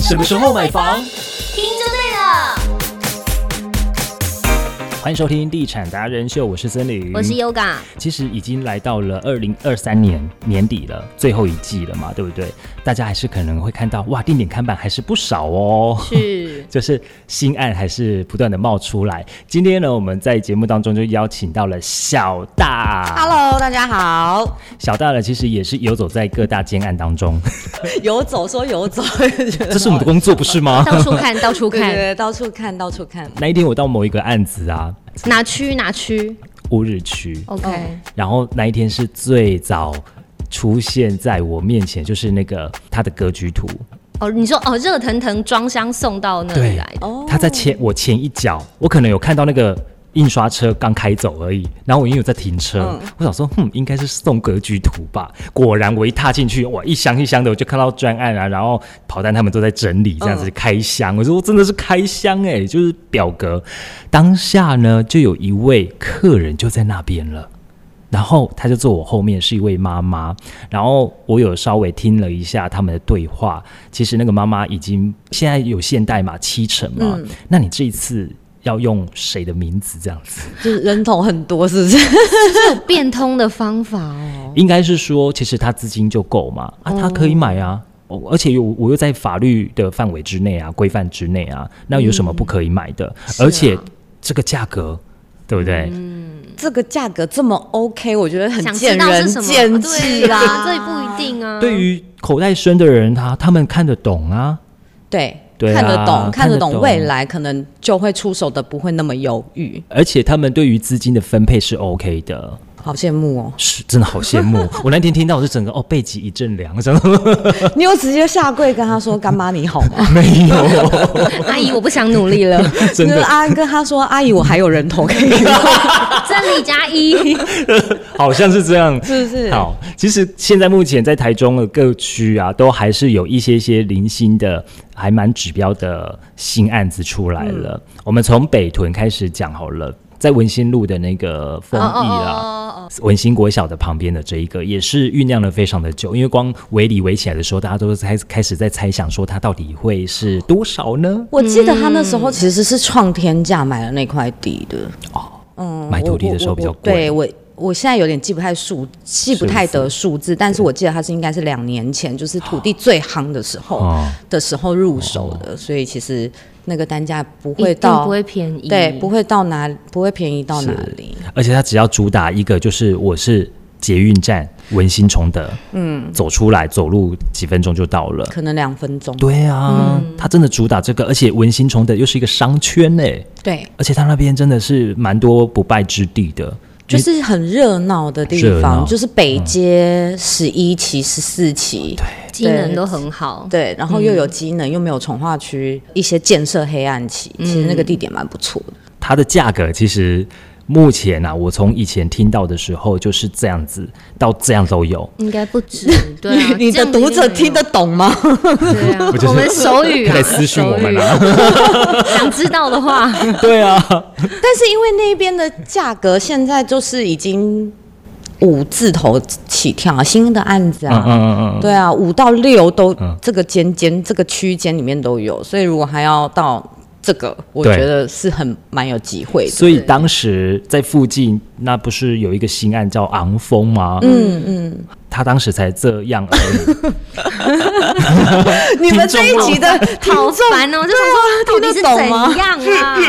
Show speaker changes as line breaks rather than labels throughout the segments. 什么时候买房？
听就对了。
欢迎收听《地产达人秀》，我是森林，
我是 Yoga，
其实已经来到了二零二三年年底了，最后一季了嘛，对不对？大家还是可能会看到，哇，定点看板还是不少哦。
是
就是新案还是不断的冒出来。今天呢，我们在节目当中就邀请到了小大
Hello，大家好。
小大呢其实也是游走在各大监案当 中，
游走说游走，
这
这
是我们的工作不是 吗？
到处 看，到处
对对
看，
对，到处看，到处看。
那一天我到某一个案子啊，
哪区哪区
乌日区，
？OK，
哦
然后那一天是最早出现在我面前，就是那个它的格局图，
嗯
哦，你说哦，热腾腾装箱送到那里来的，
哦
它在前我前一脚，我可能有看到那个。印刷车刚开走而已，然后我因为有在停车，
嗯
我想说，哼，应该是送格局图吧。果然，我一踏进去，哇，一箱一箱的，我就看到专案啊，然后跑单他们都在整理，这样子
嗯
开箱。我说，真的是开箱哎、就是表格。当下呢，就有一位客人就在那边了。然后他就坐我后面，是一位妈妈。然后我有稍微听了一下他们的对话，其实那个妈妈已经现在有现代嘛，七成嘛。
嗯
那你这一次要用谁的名字这样子？
就是人头很多，是不是？
这有哦变通的方法哦。
应该是说，其实他资金就够嘛，啊，他可以买啊。哦而且我我又在法律的范围之内啊，规范之内啊，那有什么不可以买的？
是啊嗯
而且这个价格，对不对？
这个价格这么 OK，我觉得很
想知
见
道
仁
是什么？
见
对
智
啦，
啦。
这也不一定啊。
对于口袋深的人，他他们看得懂啊。
对，
对啊
看得懂，
看
看
得
得
懂
懂，未来可能就会出手的，不会那么犹豫。
而且他们对于资金的分配是 OK 的，！
好羡慕哦
是真的好羡慕。我那天听到，我是整个哦背脊一阵凉，真的
你有直接下跪跟他说：“干妈你好吗
没有，
阿姨，我不想努 力了，？”
真
就是
的
阿跟他说：“阿姨，我还有人头可以用，
这里加 一。
好像是这样。
是 不是？”
好，其实现在目前在台中的各区啊，都还是有一些些零星的，还蛮指标的新案子出来了。
嗯
我们从北屯开始讲好了，在文心路的那个丰益
哦
啊。
哦哦
文心国小的旁边的这一个，也是酝酿了非常的久，因为光围里围起来的时候，大家都是开开始在猜想说它到底会是多少呢？
我记得他那
嗯
时候其实是创天价买了那块地的。哦，嗯
买土地的时候比较贵
对我，我现在有点记不太数，记不太得数字，但是我记得它是应该是两年前，就是土地最夯的时候、
哦
的时候入手的，所以其实那个单价不
哦，一
会
定
到
不会便宜，
对，不会到哪不会便宜到哪里。
而且它只要主打一个，就是我是捷运站文心崇德，嗯，走出来走路几分钟就到了。
可能两分钟，
对啊，
嗯
它真的主打这个，而且文心崇德又是一个商圈呢、
对，
而且它那边真的是蛮多不败之地的。
就是很热闹的地
热闹嗯
方，就是北街十一期、十四期，
机能都很好。
对，然后又
嗯
有机能，又没有从化区一些建设黑暗期，其实那个地点蛮不错的。
它的价格其实目前啊，我从以前听到的时候就是这样子，到这样都有。
应该不 止，对啊、
你你
这
的
样子
读者
一定没有
听得懂吗？
对啊，
就是
我们手语啊，
可以来私讯我们啦
啊
手语想知道的话，
对啊，
但是因为那边的价格现在就是已经五字头起跳啊，新的案子
嗯
啊。
嗯嗯嗯，
对啊，五到六都
嗯
这个尖尖、这个区间里面都有，所以如果还要到这个，我
对
觉得是很蛮有机会的。
所以当时在附近，那不是有一个新案叫昂峰吗？
嗯嗯，
他当时才这样而 已。
你们这一集的听
好
众，
烦哦，就想说到底是
听得懂吗
怎样啊 啦？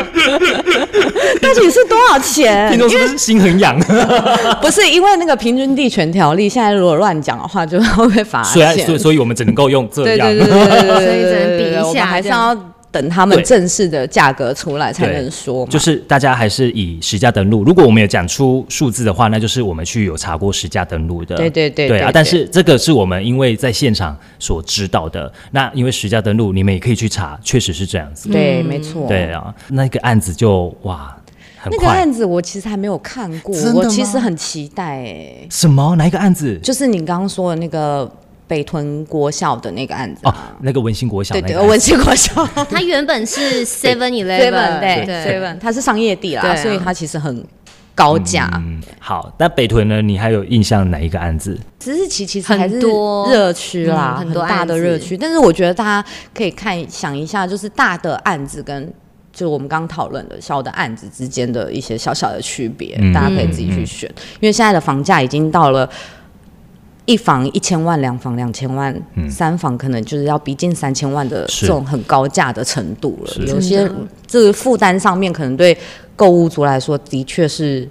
到底是多少 钱？
听众是不是心很 痒？
不是因为那个平均地权条例，现在如果乱讲的话，就会被罚
虽
钱。
然，所以所以我们只能够用这
对
样。
对对对对对对
所以只能比一
对
下
我们还是
这样
要等他们正式的价格出来才能说嘛。
就是大家还是以实价登录。如果我们有讲出数字的话，那就是我们去有查过实价登录的。
对对对
对啊！
对
但是这个是我们因为在现场所知道的。那因为实价登录，你们也可以去查，确实是这样子。
对，没错。
对啊，那个案子就哇，很
嗯那个
快。
案子我其实还没有看过
真的，吗
我其实很期待诶、
什么？哪一个案子？
就是你刚刚说的那个北屯国校的那个案子
哦
啊。，
那个文心国小
对
那
对，
个案子。
文心国校
它原本是 Seven Eleven，
Seven 对
对
Seven，它是商业地啦，
对啊
所以它其实很高价。
嗯，好，那北屯呢？你还有印象哪一个案子？
十四期其实还是
很多
热区啦，
嗯很
很
多
大的
案子
热区。但是我觉得大家可以看想一下，就是大的案子跟就我们刚讨论的小的案子之间的一些小小的区别，
嗯
大家可以自己去选。因为现在的房价已经到了。一房一千万，两房两千万，三房可能就是要逼近三千万的
嗯是
这种很高价的程度
是
了。有些
真的
这个负担上面，可能对购物族来说的确是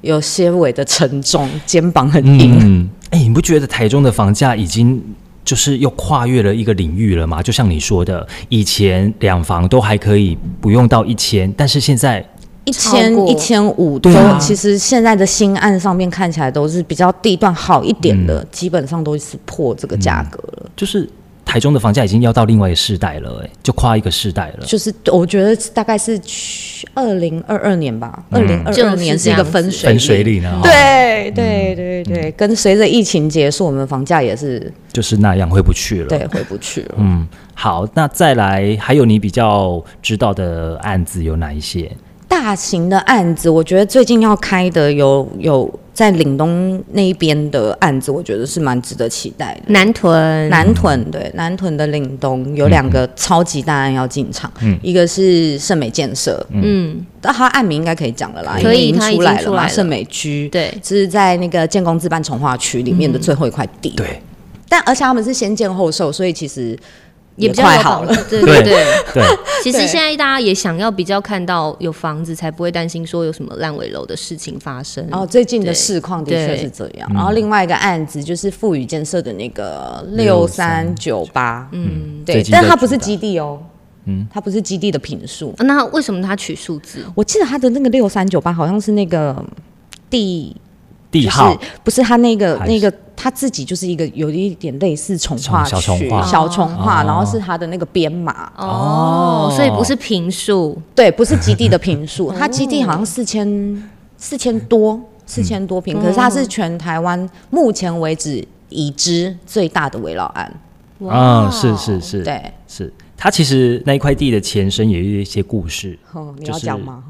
有些微的沉重，肩膀很硬。
嗯，哎、你不觉得台中的房价已经就是又跨越了一个领域了吗？就像你说的，以前两房都还可以不用到一千，但是现在
一
超
千
过
一千五都
对啊，
其实现在的新案上面看起来都是比较地段好一点
嗯
的，基本上都是破这个价格了。
就是台中的房价已经要到另外一个世代了、哎，就跨一个世代了。
就是我觉得大概是去二零二二年吧，二零二
就是这
二
样
年是一个分水
嗯分水岭嗯呢，哦
对对对对，跟随着疫情结束，我们房价也是
就是那样回不去了。
对回不去了。
嗯，好，那再来，还有你比较知道的案子有哪一些？
大型的案子，我觉得最近要开的有有在岭东那一边的案子，我觉得是蛮值得期待的。
南屯
南屯对南屯的岭东有两个超级大案要进场，一个是盛美建设，
嗯，
那它案名应该可以讲了啦，
可以
因为
它
已
已经
经出来了
出来
嘛，
了
盛美居。
对，
这是在那个建工自办从化区里面的最后一块地，
对
但而且他们是先建后售，所以其实
也比较
快
有
好
保
了。
障。对对 对，
对，
其实
对
现在大家也想要比较看到有房子，才不会担心说有什么烂尾楼的事情发生。
然后哦最近的
对
市况的确
对嗯
是这样。然后另外一个案子就是富宇建设的那个六三九八，嗯，
最
对，
近在
但它不
主
是
打
基地哦，嗯，它不是基地的品数，
那为什么他取数字？
我记得他的那个六三九八好像是那个地
地
就是
号，
不是他那个
还是
那个他自己就是一个有一点类似从化
小小
区
从化
小从化，
哦
然后是他的那个编码，
哦
哦，所以不是平 数，
对，不是基地的平数，他基地好像四千四千多四千多平，可是它是全台湾目前为止已知最大的围绕案，
嗯，是是是，
对，
是。它其实那一块地的前身也有一些故事，
哼哦你
就
要
是
讲吗？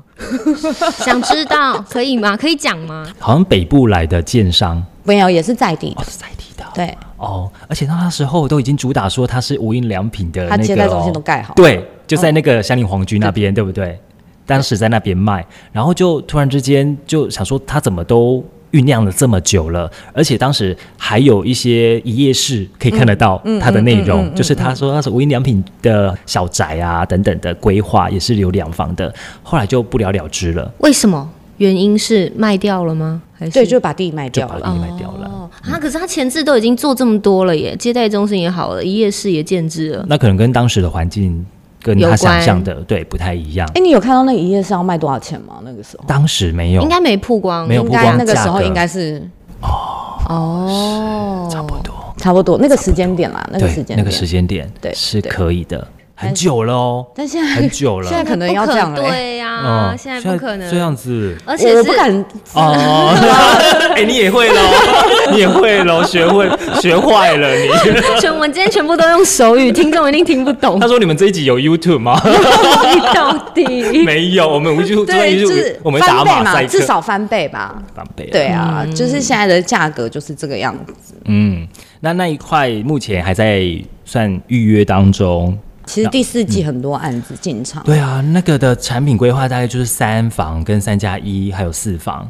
想知道可以吗？可以讲吗？
好像北部来的建商
没有，也是在地的，
哦，是在地的
对，
哦，而且那时候都已经主打说它是无印良品的
他
那
接
个
待中心都
哦，
盖好，
对，就在那个祥林皇居那边，对不对？当时在那边卖，然后就突然之间就想说，它怎么都酝酿了这么久了，而且当时还有一些一页式可以看得到它的内容，就是他说那是无印良品的小宅啊等等的规划，也是有两房的，后来就不了了之了，
为什么？原因是卖掉了吗？还是
对，就把地卖
就
掉
把
了。
它卖掉了。
哦啊！可是他前置都已经做这么多了耶，接待中心也好了，一夜市也建制了。
那可能跟当时的环境跟
有
他
关
想象的对不太一样。
哎，你有看到那一页是要卖多少钱吗？那个时候
当时没有，
应该没曝光，
没有
应
不
该
光
那个
价
时候
格
应该是
哦，
差不多，
差不多那个时间点啦，那个
对
时间点，
那个时间点
对
是
对
可以的，很久了哦，
但现在
很久了，
现在可能要这样了欸、
对呀、
哦
现在不可能
这样 子
而
我
且
我不
是
敢，
哦， 哎，你也 会喽，你也会喽，学会学坏了 你。
全我们今天全部都用手语，听众一定听不 懂
他，说你们这一集有 YouTube 吗？
你到底
没有，我们 YouTube
对，就是
我们
翻
打
倍
马赛
嘛，
克
至少翻倍吧。
翻倍了，
对啊，就是现在的价格就是这个样子。
嗯，那那一块目前还在算预约当中，
其实第四季很多案子进场，
对啊，那个的产品规划大概就是三房跟三加一，还有四房。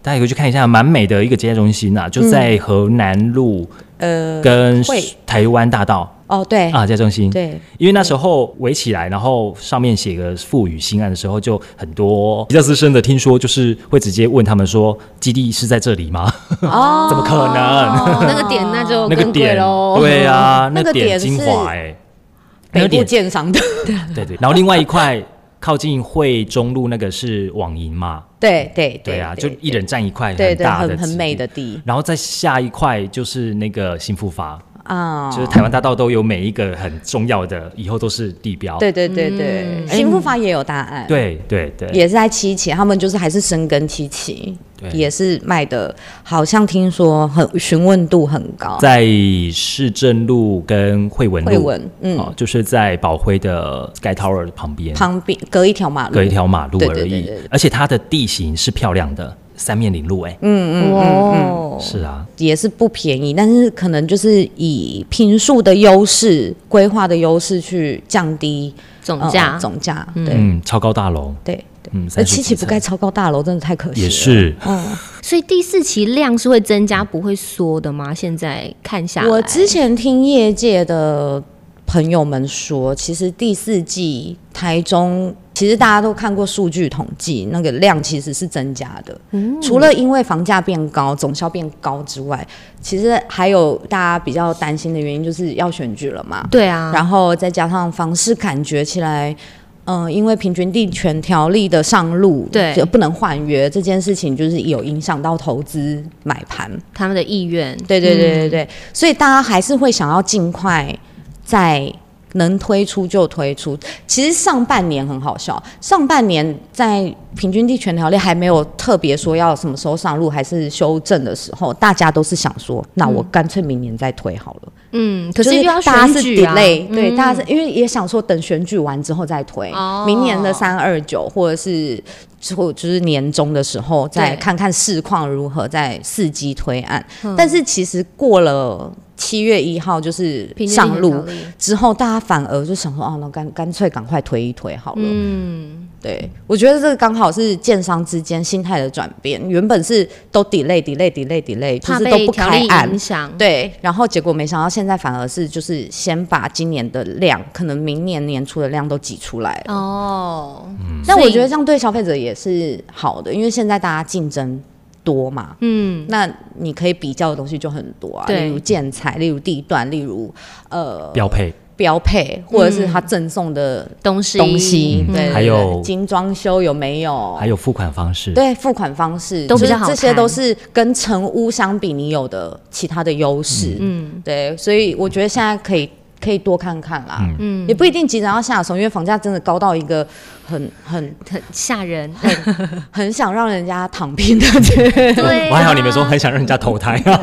大家有去看一下，蛮美的一个接待中心啊，就在河南路
呃，
跟
会
台湾大道
哦对
啊，接待中心。，
对，
因为那时候围起来，然后上面写个赋予新案的时候，就很多比较资深的，听说就是会直接问他们说，基地是在这里吗？
哦，
怎么可能？
哦，那个点那 就
那个
更贵
点
喽。，
对啊，
那个
点
点
精
是
华哎，那
北
个
部
点
建商的，
对对，然后另外一块靠近惠中路那个是网银嘛，
对对
对啊，就
对
一人占一块
对对
大的
很很
基
美
地
的地
然后再下一块就是那个新复发，
啊，
就是台湾大道都有每一个很重要的，以后都是地标。
对对对对，新复发也有答案，
对对对，
也是在七期，他们就是还是深耕七期
对，
也是卖的，好像听说很询问度很高。
在市政路跟惠文路，
惠文嗯
哦，就是在宝辉的 Sky Tower 旁边，
旁边隔一条马路，
隔一条马路
对
而
对对
已
对对。
而且它的地形是漂亮的，三面林路哎、
嗯
哦，
是啊，
也是不便宜，但是可能就是以平数的优势、规划的优势去降低
总价
呃、总价。
嗯
对、
嗯，超高大楼，
对，
嗯，
那
三十
七期不盖超高大楼真的太可惜了。
也，是，
嗯，
所以第四期量是会增加，不会缩的吗？现在看下来，
我之前听业界的朋友们说，其实第四季台中。其实大家都看过数据统计，那个量其实是增加的。
嗯
除了因为房价变高、总销变高之外，其实还有大家比较担心的原因，就是要选举了嘛。
对啊，
然后再加上房市感觉起来，嗯、因为平均地权条例的上路，
对
就不能换约这件事情，就是有影响到投资买盘。
他们的意愿，
对对对对
嗯
对，所以大家还是会想要尽快在。能推出就推出。其实上半年很好笑，上半年在平均地权条例还没有特别说要什么时候上路，还是修正的时候，大家都是想说，那我干脆明年再推好了。
嗯，可
就是
又要
大家
选
是
举啊，
delay，、对，
嗯
大家是因为也想说等选举完之后再推，
哦
明年的三二九或者是或就是年终的时候再
对嗯
看看市况如何，再伺机推案。但是其实过了七月一号就是
平均
上
地
路
权条例
之后，大家反而就想说，哦，那干干脆赶快推一推好了。
嗯，
对，我觉得这个刚好是建商之间心态的转变，原本是都 delay delay delay delay，就
怕
是都
被
不
条
开
例
案
影，响，
对，然后结果没想到现在反而是就是先把今年的量，可能明年年初的量都挤出来了。
哦，
但我
所以
觉得这样对消费者也是好的，因为现在大家竞争多嘛，
嗯，
那你可以比较的东西就很多啊，
对
例如建材，例如地段，例如呃
标配，
标配，或者
嗯
是它赠送的
东西
东西，
嗯
嗯对对对
还有
精装修有没
哦
有？
还有付款方式，
对付款方式
都比
就是
较好
这些
看
都是跟成屋相比，你有的其他的优势。嗯，对，所以我觉得现在可以可以多看看啦。嗯，也不一定急着要下手，因为房价真的高到一个很很
很吓 人，
很想让人家躺平的 阶段
对啊，
我还好你们说很想让人家投胎 啊，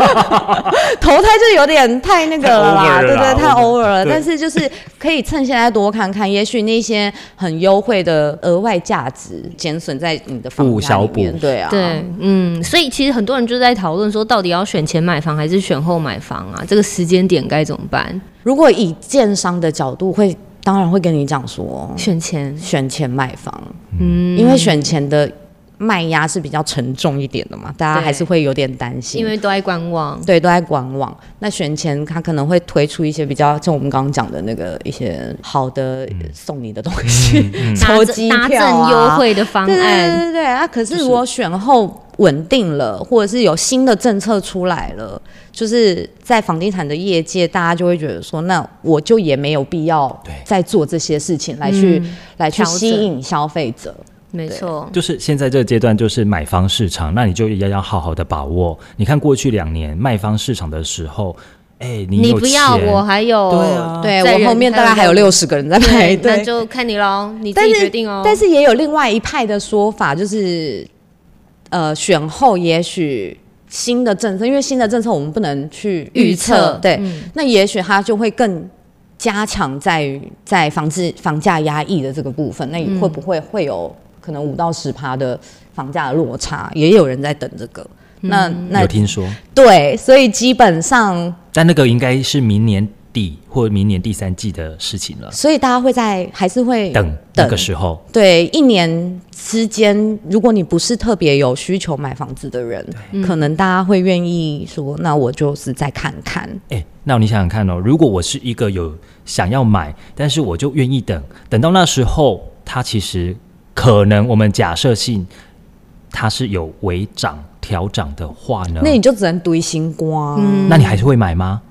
投胎就有点太那个了啦，
太 over 了
对
啦
对，太
over
over 了。
对
但是就是可以趁现在多看看，也许那些很优惠的额外价值减损在你的房
不
价
小
里面。
补
对啊，
对，嗯，所以其实很多人就在讨论说，到底要选前买房还是选后买房啊？这个时间点该怎么办？
如果以建商的角度会。当然会跟你讲说，
选前，
选前卖房，
嗯，
因为选前的卖压是比较沉重一点的嘛，大家
对
还是会有点担心，
因为都在观望，
对都在观望。那选前他可能会推出一些比较，像我们刚刚讲的那个一些好的呃送你的东西，
嗯
抽机
搭
票
赠
啊
优惠的方
对对对
案，
对对啊！可是如果选后稳定了，或者是有新的政策出来了，就是在房地产的业界，大家就会觉得说，那我就也没有必要
对
再做这些事情来去、来去
嗯调整
吸引消费者。
没错，
就是现在这个阶段就是买方市场，那你就也要好好的把握。你看过去两年卖方市场的时候，哎，你
你
有
不要，
钱
我还有，
对啊
对
嗯在
我
人
后面大概还有六十个人在排
对，那
队，
就看你喽，你自
但
己
是
决定哦。
但是也有另外一派的说法，就是呃，选后也许新的政策，因为新的政策我们不能去
预
预测
测，
对，
嗯
那也许它就会更。加强在于在防治房价压抑的这个部分，那
嗯
你会不会会有可能五到十趴的房价落差？也有人在等这个。那那
有听说，
对，所以基本上
但那个应该是明年底或明年第三季的事情了，
所以大家会在还是会
等那个时候。
对，一年之间，如果你不是特别有需求买房子的人，可能大家会愿意说，那我就是再看看。
哎，那你想想看哦，如果我是一个有想要买，但是我就愿意等，等到那时候，它其实可能我们假设性它是有微涨调涨的话呢，
那你就只能堆新瓜。嗯，
那你还是会买吗？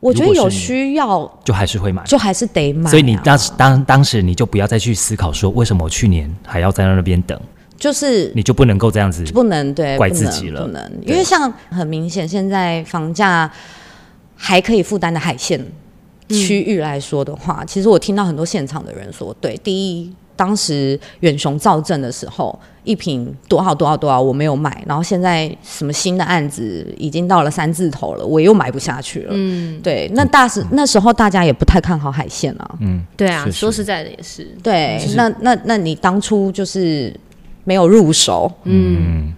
我觉得
如果
有
是你
需要
就还是会买。
就还是得买啊、
所以你当时当当时你就不要再去思考说为什么我去年还要在那边等，
就是
你就不能够这样子。
不能对
怪
不
自
能
己了
不能，
对
因为像很明显，现在房价还可以负担的海线区域来说的
嗯
话，其实我听到很多现场的人说，对，第一，当时远雄造镇的时候，一平多少多少多少我没有买，然后现在什么新的案子已经到了三字头了，我又买不下去了。嗯，对，那大时那时候大家也不太看好海线啊。
嗯，
对啊，
确实
说实在的也是，
对
其实，
那那那你当初就是没有入手，嗯，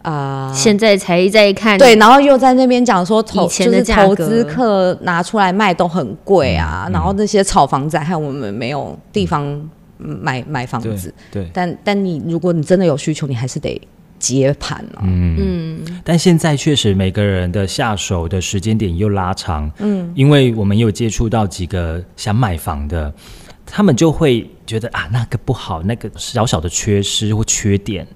啊、
现在才在看，
对，，然后又在那边讲说投
以前
就
的
是
价
投
格嗯
资客拿出来卖都很贵啊，然后那些炒房仔害我们没有地方嗯买买房
对
子，
对，
但但你如果你真的有需求，你还是得接盘啊。
但现在确实每个人的下手的时间点又拉长，嗯，因为我们有接触到几个想买房的，他们就会觉得啊那个不好，那个小小的缺失或缺点，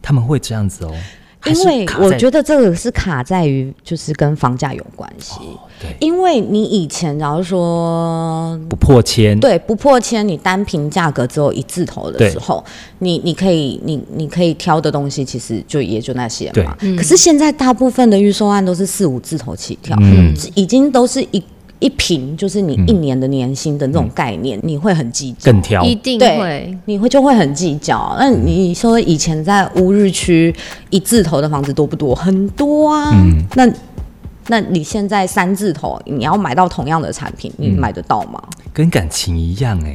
他们会这样子哦，还
因
是
为
卡
我
在
觉得这个是卡在于就是跟房价有关系，
对
因为你以前假如说
不破千，
对不破千，你单凭价格只有一字头的
对
时候，你你可以你你可以挑的东西其实就也就那些
对
嘛。
嗯
可是现在大部分的预售案都是四五字头起跳，
嗯
是已经都是一一平就是你一年的年薪的那种概
嗯
念，你会很计较。
更挑，
一定
对
会。
你会就会很计较。那你说以前在乌日区一字头的房子多不多？很多啊。
嗯
那那你现在三字头，你要买到同样的产品，
嗯
你买得到吗？
跟感情一样 哎、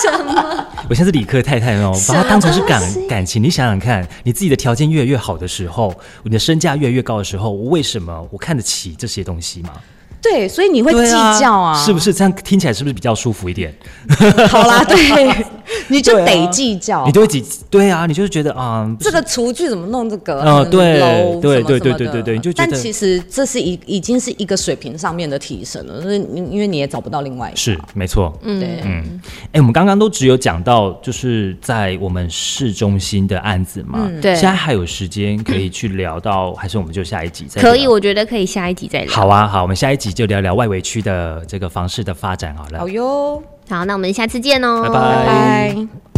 什么？我现在是理科太太哦，把它当成是感感情。你想想看，你自己的条件越来越好的时候，你的身价越来越高的时候，为什么我看得起这些东西吗？
对，所以你会计较啊，
是不？是？这样听起来是不是比较舒服一点？
好 啦，对，你就
对
得
啊
计较
你。都会几对啊，你就是觉得啊，
这个厨具怎么弄这个？
呃
嗯
对对
low 什么
对
什么
对对
的
对对你就觉
但
得
其实这是一已经是一个水平上面的提升了，就是你因为你也找不到另外一个。
是没错。
嗯
对，
哎、我们刚刚都只有讲到就是在我们市中心的案子嘛，
对
现在还有时间可以去聊到，还是我们就下一集再
可以，
聊
我觉得可以下一集再聊。
好啊，好，我们下一集就聊聊外围区的这个房市的发展好了。
好哟，
好，那我们下次见哦，
拜拜
拜。